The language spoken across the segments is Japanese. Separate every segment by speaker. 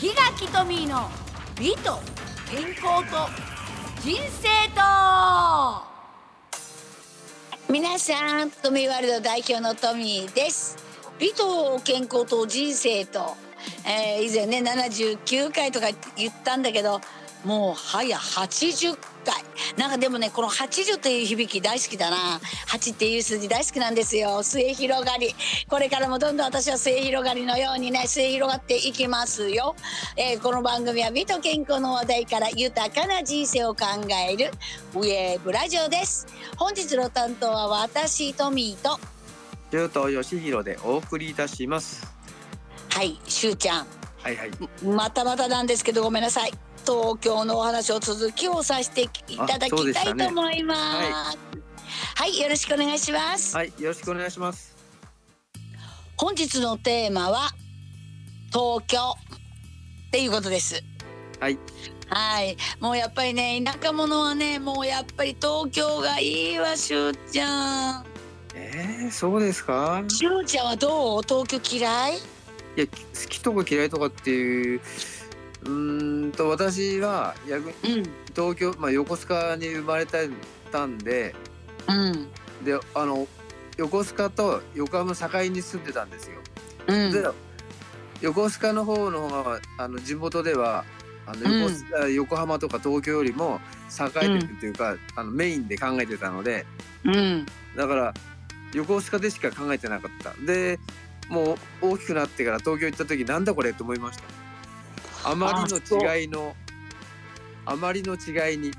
Speaker 1: 檜垣トミーの美と健康と人生と
Speaker 2: 皆さんトミーワールド代表のトミーです美と健康と人生と、えー以前ね79回とか言ったんだけどもうはや80回なんかでもねこの80という響き大好きだな8っていう数字大好きなんですよ末広がりこれからもどんどん私は末広がりのようにね末広がっていきますよ、えーこの番組は美と健康の話題から豊かな人生を考えるウェブラジオです本日の担当は私トミーと
Speaker 3: 中東義弘でお送りいたします。
Speaker 2: はいしゅうちゃん
Speaker 3: はいはい。
Speaker 2: またまたなんですけどごめんなさい東京のお話を続きをさせていただ
Speaker 3: あそう
Speaker 2: き
Speaker 3: で
Speaker 2: た
Speaker 3: した
Speaker 2: い
Speaker 3: ね
Speaker 2: と思います、はい、よろしくお願いします、
Speaker 3: はい、よろしくお願いします。
Speaker 2: 本日のテーマは東京っていうことです
Speaker 3: はい。
Speaker 2: はいもうやっぱりね田舎者はねもうやっぱり東京がいいわしゅうちゃん
Speaker 3: えー、そうですか。
Speaker 2: しゅうちゃんはどう東京嫌い
Speaker 3: いや、き好きとか嫌いとかっていう。うーんと、私は、やぐ、
Speaker 2: う
Speaker 3: 東京、まあ、横須賀に生まれた、たんで。
Speaker 2: んうん
Speaker 3: で、あの、横須賀と横浜の境に住んでたんですよ。
Speaker 2: うん
Speaker 3: で、横須賀の方の方が、あの、地元では。あの横須賀横浜とか東京よりも栄えてるっていうか、あのメインで考えてたので、
Speaker 2: うん
Speaker 3: だから横須賀でしか考えてなかったでもう大きくなってから東京行った時なんだこれと思いましたあまりの違いのあまりの違いに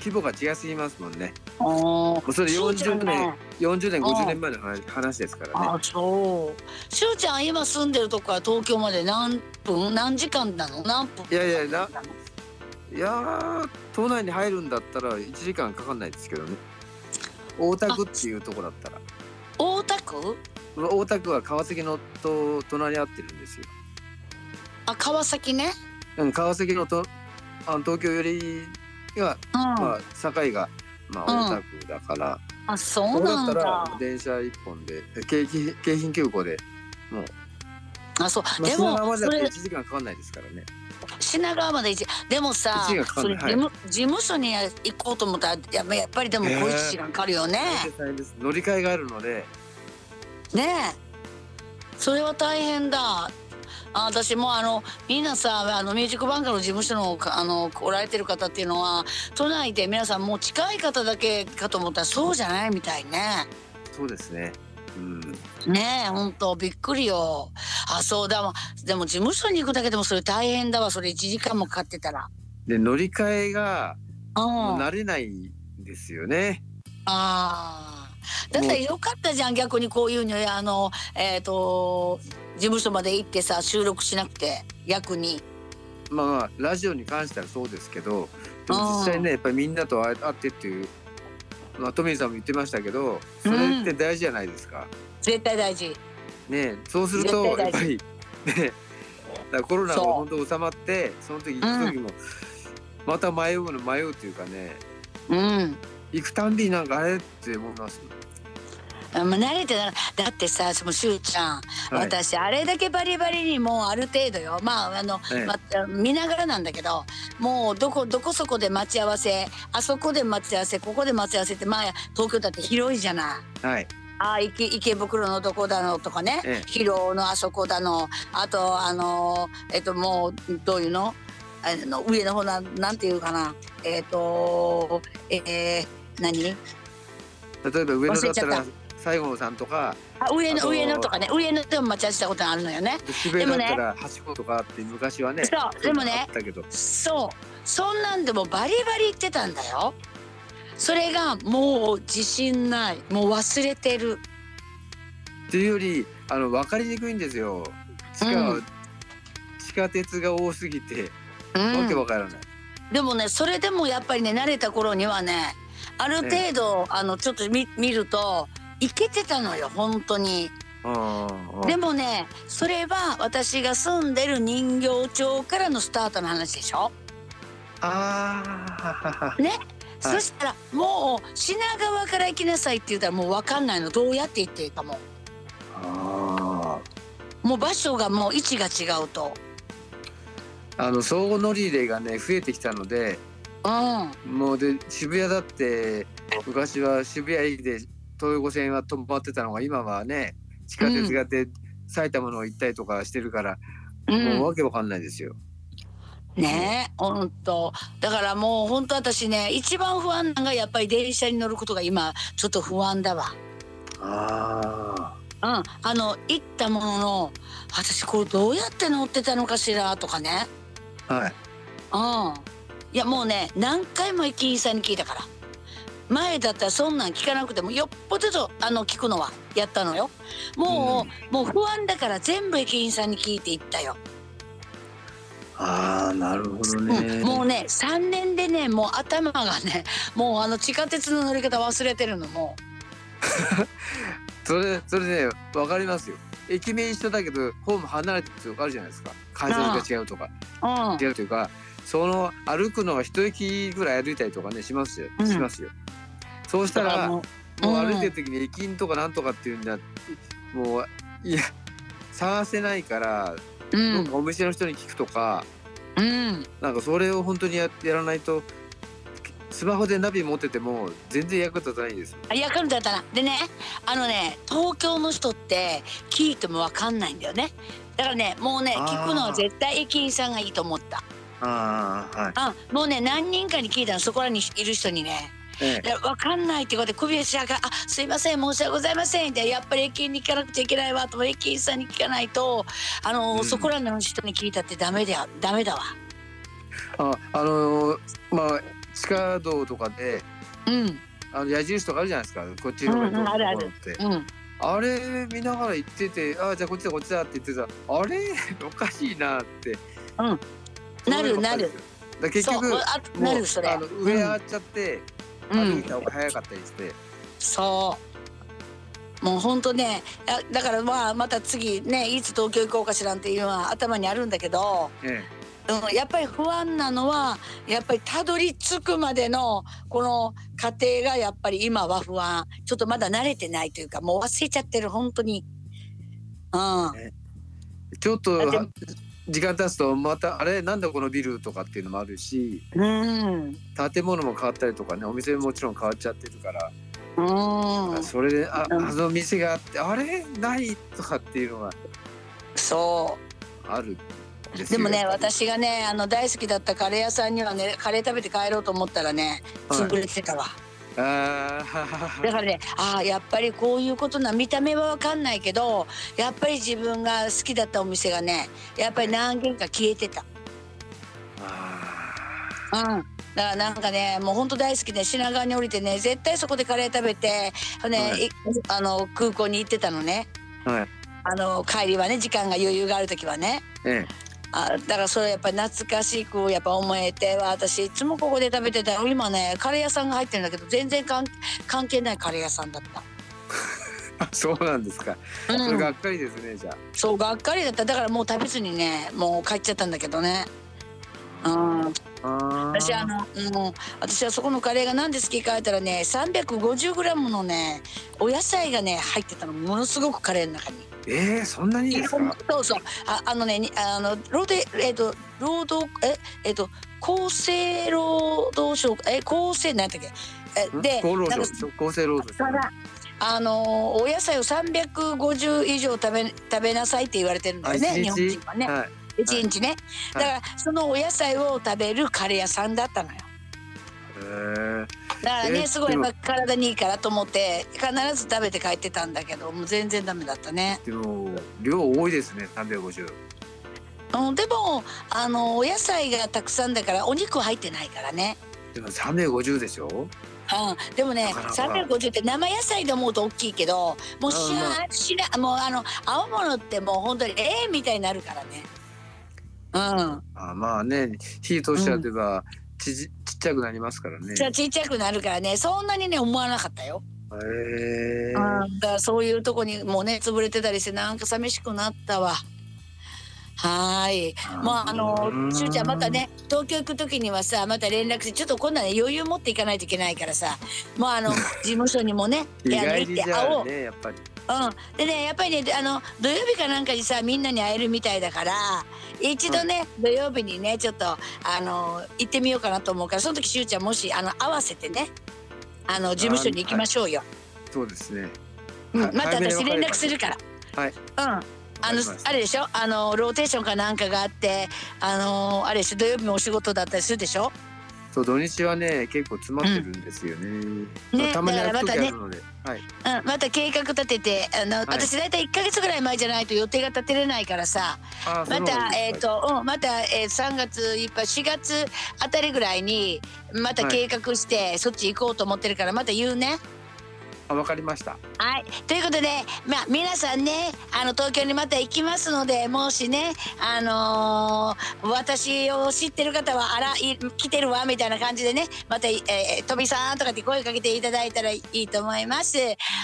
Speaker 3: 規模が違いすぎますもんね
Speaker 2: お
Speaker 3: もうそれ40年40年
Speaker 2: あ
Speaker 3: 50年前の話話ですからね
Speaker 2: あそう。しゅうちゃん今住んでるとこから東京まで何分何時間なの？何分？
Speaker 3: いやいやないいやー都内に入るんだったら1時間かかんないですけどね大田区っていうとこだったら
Speaker 2: 大田区？
Speaker 3: 大田区は川崎のと隣り合ってるんですよ
Speaker 2: あ川崎ね。
Speaker 3: うん、川崎のとあの東京よりが、
Speaker 2: うん。
Speaker 3: まあ、境が、まあ、
Speaker 2: うん
Speaker 3: 大田区だから、
Speaker 2: あそ
Speaker 3: そうれだっ
Speaker 2: な
Speaker 3: た
Speaker 2: ん
Speaker 3: ら
Speaker 2: だ。
Speaker 3: 電車一本でえ京浜京浜急行で、
Speaker 2: あそう。
Speaker 3: まあ、
Speaker 2: で
Speaker 3: 品川ま
Speaker 2: もそ
Speaker 3: でだって
Speaker 2: れ
Speaker 3: 1時間かかんないですからね
Speaker 2: 品川まで一でもさ
Speaker 3: 一時間かか
Speaker 2: そ
Speaker 3: ん
Speaker 2: れ
Speaker 3: ない
Speaker 2: 事務事務所に行こうと思ったらややっぱりでも小一時間かかるよね。
Speaker 3: 大体です乗り換えがあるので
Speaker 2: ねえ。それは大変だ。あ私もうあのみんなさあのミュージックバンカーの事務所のかあの来られてる方っていうのは都内で皆さんもう近い方だけかと思ったらそうじゃないみたいね。
Speaker 3: そうですね、うん、
Speaker 2: ねえほんとびっくりよ。あそうだわでも事務所に行くだけでもそれ大変だわそれ1時間もかかってたら。
Speaker 3: で乗り換えがも
Speaker 2: う、
Speaker 3: うん
Speaker 2: あ
Speaker 3: 慣れないんですよね、
Speaker 2: あーだったらよかったじゃん逆にこういうのあのえっ、と事務所まで行ってさ収録しなくて逆に。
Speaker 3: まあまあラジオに関してはそうですけどでも実際ねやっぱりみんなと会え会ってっていう、まあ、トミーさんも言ってましたけどそれって大事じゃないですか。
Speaker 2: 絶対大事
Speaker 3: ねえそうするとや
Speaker 2: 絶対
Speaker 3: っぱ
Speaker 2: 大
Speaker 3: りねだからコロナが
Speaker 2: そう
Speaker 3: 本当収まってその時行く時も、また迷うの迷うっていうかね
Speaker 2: うん
Speaker 3: 行くたんびになんかあれって思います、
Speaker 2: あもう慣れてなだってさそのしゅうちゃん、
Speaker 3: はい
Speaker 2: 私あれだけバリバリにもうある程度よまああの、
Speaker 3: ええ
Speaker 2: ま見ながらなんだけどもうどこどこそこで待ち合わせあそこで待ち合わせここで待ち合わせってまあ東京だって広いじゃない。
Speaker 3: はい
Speaker 2: あ池池袋のどこだのとかね、
Speaker 3: ええ
Speaker 2: 広尾のあそこだのあとあのえっともうどういうのあの上の方なんなんていうかなえっとえー、何
Speaker 3: 例えば上野だっ
Speaker 2: 忘れち
Speaker 3: た
Speaker 2: ゃっ
Speaker 3: ら西郷さんとか
Speaker 2: あ上
Speaker 3: あ
Speaker 2: の
Speaker 3: のー
Speaker 2: 上のとかね上のでも待ち合わせたことあるのよね
Speaker 3: 渋谷だったらはしごとかあって昔はね
Speaker 2: そう
Speaker 3: そういう
Speaker 2: でも
Speaker 3: の
Speaker 2: ね
Speaker 3: あったけど
Speaker 2: そうそんなんでもバリバリ言ってたんだよそれがもう自信ないもう忘れてる
Speaker 3: っていうよりあの分かりにくいんですよ地下、
Speaker 2: うん
Speaker 3: 地下鉄が多すぎて
Speaker 2: う
Speaker 3: わけ
Speaker 2: ん
Speaker 3: わからない、
Speaker 2: でもねそれでもやっぱりね慣れた頃にはねある程度、あのちょっと見見るといけてたのよ本当に
Speaker 3: ああ
Speaker 2: でもねそれは私が住んでる人形町からのスタートの話でしょ
Speaker 3: あーはい
Speaker 2: そしたらもう品川から行きなさいって言ったらもう分かんないのどうやって行っていいかも
Speaker 3: あー
Speaker 2: もう場所がもう位置が違うと
Speaker 3: あの相互乗り入れがね増えてきたので
Speaker 2: うん
Speaker 3: もうで渋谷だって昔は渋谷駅で東横線は止まってたのが今はね地下鉄がで、埼玉の方行ったりとかしてるから、もう
Speaker 2: う
Speaker 3: わけわかんないですよ。
Speaker 2: ん、ねえほんとだからもうほんと私ね一番不安なのがやっぱり電車に乗ることが今ちょっと不安だわ。
Speaker 3: あ
Speaker 2: うん、あの行ったものの私これどうやって乗ってたのかしらとかね
Speaker 3: あはい
Speaker 2: うんいやもうね何回も駅員さんに聞いたから前だったらそんなん聞かなくてもよっぽどとあの聞くのはやったのよもう、もう不安だから全部駅員さんに聞いていったよ、
Speaker 3: ああなるほど
Speaker 2: うん、もうね3年でねもう頭がねもうあの地下鉄の乗り方忘れてるのも
Speaker 3: それそれねわかりますよ。駅名一緒だけどホーム離れてるとかあるじゃないですか。改札が違うとか
Speaker 2: う、うん、
Speaker 3: 違うというかその歩くのは一駅ぐらい歩いたりとかねしますよ、
Speaker 2: うん
Speaker 3: しますよ。そうしたらも
Speaker 2: もう
Speaker 3: う
Speaker 2: ん
Speaker 3: 歩いてる時に駅員とかなんとかっていうんだもういや探せないから、
Speaker 2: う
Speaker 3: どっ
Speaker 2: ん
Speaker 3: かお店の人に聞くとか
Speaker 2: うん
Speaker 3: なんかそれを本当にややらないとスマホでナビ持ってても全然役立たないです。
Speaker 2: 役に立ったなでねあのね東京の人って聞いてもわかんないんだよねだからねもうね
Speaker 3: あー
Speaker 2: 聞くのは絶対駅員さんがいいと思った
Speaker 3: ああはい。
Speaker 2: うんもうね何人かに聞いたのそこらにいる人にね
Speaker 3: ええ、
Speaker 2: でわかんないってことで首をし上があすいません申し訳ございません」ってやっぱり駅員に行かなくちゃいけないわと駅員さんに聞かないとあの、
Speaker 3: うん
Speaker 2: そこらの人に聞いたってダメだよダメだわ
Speaker 3: ああのーまあ地下道とかで
Speaker 2: うん
Speaker 3: あの矢印とかあるじゃないですかこっちの方に
Speaker 2: うんうんあるある
Speaker 3: こういうのって
Speaker 2: うん
Speaker 3: あれ見ながら行っててあじゃあこっちだこっちだって言ってたあれ おかしいなって、
Speaker 2: うんなるなる
Speaker 3: そういうのば
Speaker 2: そう
Speaker 3: っかりですよだから結局
Speaker 2: あな
Speaker 3: もう
Speaker 2: るそれ
Speaker 3: あの上上がっちゃって、
Speaker 2: うん
Speaker 3: 歩いた方が早かったりして、
Speaker 2: そう。もう本当ね、あだからまあまた次ねいつ東京行こうかしらんっていうのは頭にあるんだけど、
Speaker 3: え
Speaker 2: うん、やっぱり不安なのはやっぱりたどり着くまでのこの過程がやっぱり今は不安ちょっとまだ慣れてないというかもう忘れちゃってる本当にうん
Speaker 3: え、ちょっと
Speaker 2: あでも
Speaker 3: 時間経つとまたあれなんだこのビルとかっていうのもあるし
Speaker 2: うん
Speaker 3: 建物も変わったりとかねお店ももちろん変わっちゃってるから
Speaker 2: うん
Speaker 3: それでああ
Speaker 2: うん
Speaker 3: の店があってあれないとかっていうのが
Speaker 2: そう
Speaker 3: あるんです
Speaker 2: で
Speaker 3: よ
Speaker 2: もね
Speaker 3: やっぱり
Speaker 2: 私がねあの大好きだったカレー屋さんにはねカレー食べて帰ろうと思ったらね
Speaker 3: はい
Speaker 2: 潰れてたわ。
Speaker 3: あ
Speaker 2: だか
Speaker 3: ー
Speaker 2: らねああやっぱりこういうことな見た目は分かんないけどやっぱり自分が好きだったお店がねやっぱり何軒か消えてた。
Speaker 3: あ
Speaker 2: うんだからなんかねもう本当大好きで品川に降りてね絶対そこでカレー食べて、ね
Speaker 3: はい
Speaker 2: いあの空港に行ってたのね
Speaker 3: ーはい
Speaker 2: あの帰りはね時間が余裕がある時はね
Speaker 3: え
Speaker 2: あだからそれやっぱり懐かしくやっぱ思えて私いつもここで食べてたの今ねカレー屋さんが入ってるんだけど全然関関係ないカレー屋さんだった。
Speaker 3: えそうなんですか
Speaker 2: うん
Speaker 3: それがっかりですねじゃ
Speaker 2: そうがっかりだっただからもう食べずにねもう帰っちゃったんだけどねうん
Speaker 3: ああー
Speaker 2: 私あの、うん、私はそこのカレーが何で好きか言ったらね 350g のねお野菜がね入ってたのものすごくカレーの中に
Speaker 3: えー、そんなにいいですか
Speaker 2: そうそうああのねにあのローデえっ、と労働ええっ、と厚生労働省え厚生なんだっけえ
Speaker 3: ん
Speaker 2: で
Speaker 3: 厚労
Speaker 2: なん
Speaker 3: 省
Speaker 2: か
Speaker 3: 厚生労働省
Speaker 2: あのお野菜を350以上食べ食べなさいって言われてるんだ
Speaker 3: あ
Speaker 2: よ
Speaker 3: 一
Speaker 2: ね日本
Speaker 3: 日
Speaker 2: 人はね。
Speaker 3: はい
Speaker 2: 一日ね、
Speaker 3: はい
Speaker 2: だからそのお野菜を食べるカレー屋さんだったのよ
Speaker 3: えー、
Speaker 2: だから
Speaker 3: え
Speaker 2: ねすごい
Speaker 3: で
Speaker 2: やっ
Speaker 3: も
Speaker 2: ぱ体にいいからと思って必ず食べて帰ってたんだけどもう全然ダメだったね、
Speaker 3: でも量多いですね350
Speaker 2: うん、でもあのお野菜がたくさんだからお肉入ってないからね
Speaker 3: でも350でしょ
Speaker 2: うん、でもね
Speaker 3: なかなか
Speaker 2: 350って生野菜で思うと大きいけどもうし
Speaker 3: うん
Speaker 2: なしなもうあの青物ってもう本当にええみたいになるからねうん
Speaker 3: あーまあね火通しちゃえば、ちじちっちゃくなりますからね
Speaker 2: じゃあちっちゃくなるからねそんなにね思わなかったよ
Speaker 3: えー、
Speaker 2: あーだからそういうとこにもうね潰れてたりしてなんか寂しくなったわ。はーい。まああのしゅうちゃんまたね東京行く時にはさまた連絡してちょっと今度はね余裕 持っていかないといけないからさもうあの事務所にもね
Speaker 3: 日
Speaker 2: あの
Speaker 3: 帰
Speaker 2: 行っ
Speaker 3: りじ
Speaker 2: て会
Speaker 3: ゃ
Speaker 2: おう。
Speaker 3: あねやっぱり
Speaker 2: うん、でねやっぱりねあの土曜日かなんかにさみんなに会えるみたいだから一度ね、土曜日にねちょっとあの行ってみようかなと思うからその時しゅうちゃんもしあの合わせてねあの事務所に行きましょうよ。
Speaker 3: そうですね。
Speaker 2: うん
Speaker 3: はい
Speaker 2: また
Speaker 3: 早めに
Speaker 2: 私
Speaker 3: 分か
Speaker 2: 連
Speaker 3: れ
Speaker 2: 絡
Speaker 3: ば
Speaker 2: するから。
Speaker 3: は
Speaker 2: う
Speaker 3: い。
Speaker 2: ん。あの
Speaker 3: わかりました
Speaker 2: あれでしょあのローテーションかなんかがあってあのあれでしょ土曜日もお仕事だったりするでしょ
Speaker 3: そう土日はね結構詰まってるんですよね。まあたまにやる時あるので、はい。
Speaker 2: うん、また計画立ててあの、
Speaker 3: い
Speaker 2: 私大体1か月ぐらい前じゃないと予定が立てれないからさ
Speaker 3: あー
Speaker 2: ま
Speaker 3: その方が
Speaker 2: た
Speaker 3: いい
Speaker 2: えっ、
Speaker 3: です
Speaker 2: と、うん、また、えー3月いっぱい4月あたりぐらいにまた計画して、そっち行こうと思ってるからまた言うね。
Speaker 3: あわかりました。
Speaker 2: はい、ということで、まあ、皆さんねあの東京にまた行きますのでもしね、あのー私を知ってる方は「あらい来てるわ」みたいな感じでねまた「えー、とびさん」とかって声かけていただいたらいいと思います。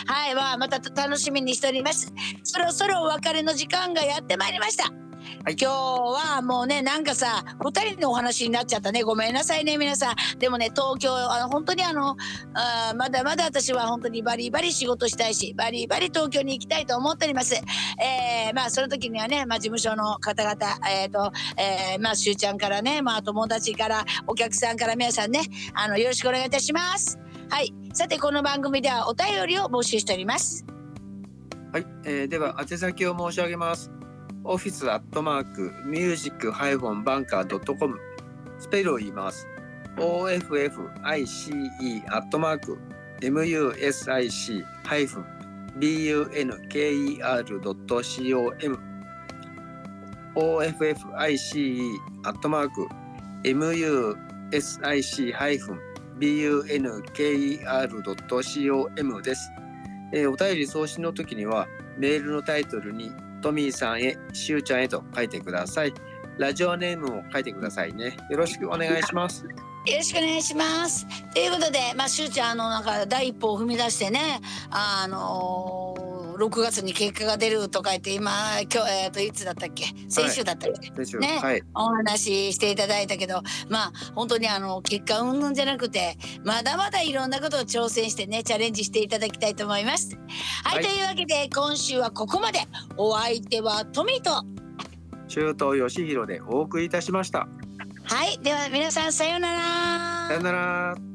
Speaker 2: はい、まあ、また楽しみにしております。そろそろお別れの時間がやってまいりました。
Speaker 3: い
Speaker 2: 今日はもうねなんかさ2人のお話になっちゃったねごめんなさいね皆さんでもね東京あの本当にあのあーまだまだ私は本当にバリバリ仕事したいしバリバリ東京に行きたいと思っております。えーまあその時にはね、まあ、事務所の方々、えーとえーまあ、しゅうちゃんからね、まあ、友達からお客さんから皆さんねあのよろしくお願いいたします。はい、さてこの番組ではお便りを募集しております。
Speaker 3: はい、えー、では宛先を申し上げます。オフィスアットマークミュージックハイフォンバンカードットコムスペルを言います。O F F I C E アットマーク M U S I C ハイフン B U N K E R ドット C O M O F F I C E アットマーク M U S I C ハイフン B U N K E R ドット C O M です。えーお便り送信の時にはメールのタイトルに「トミーさんへしゅうちゃんへ」と書いてくださいラジオネームを書いてくださいねよろしくお願いします
Speaker 2: よろしくお願いします。ということで、まあ、しゅうちゃんあのなんか第一歩を踏み出してね、あのー6月に結果が出るとか言って今今日、えー、といつだったっけ先週だったっけ、
Speaker 3: 先週
Speaker 2: ね
Speaker 3: はい
Speaker 2: お話ししていただいたけどまあ本当にあの結果云々じゃなくてまだまだいろんなことを挑戦してねチャレンジしていただきたいと思います。はい、
Speaker 3: はい
Speaker 2: というわけで今週はここまでお相手はトミーと
Speaker 3: 中東義弘でお送りいたしました
Speaker 2: はいでは皆さんさようなら
Speaker 3: さよなら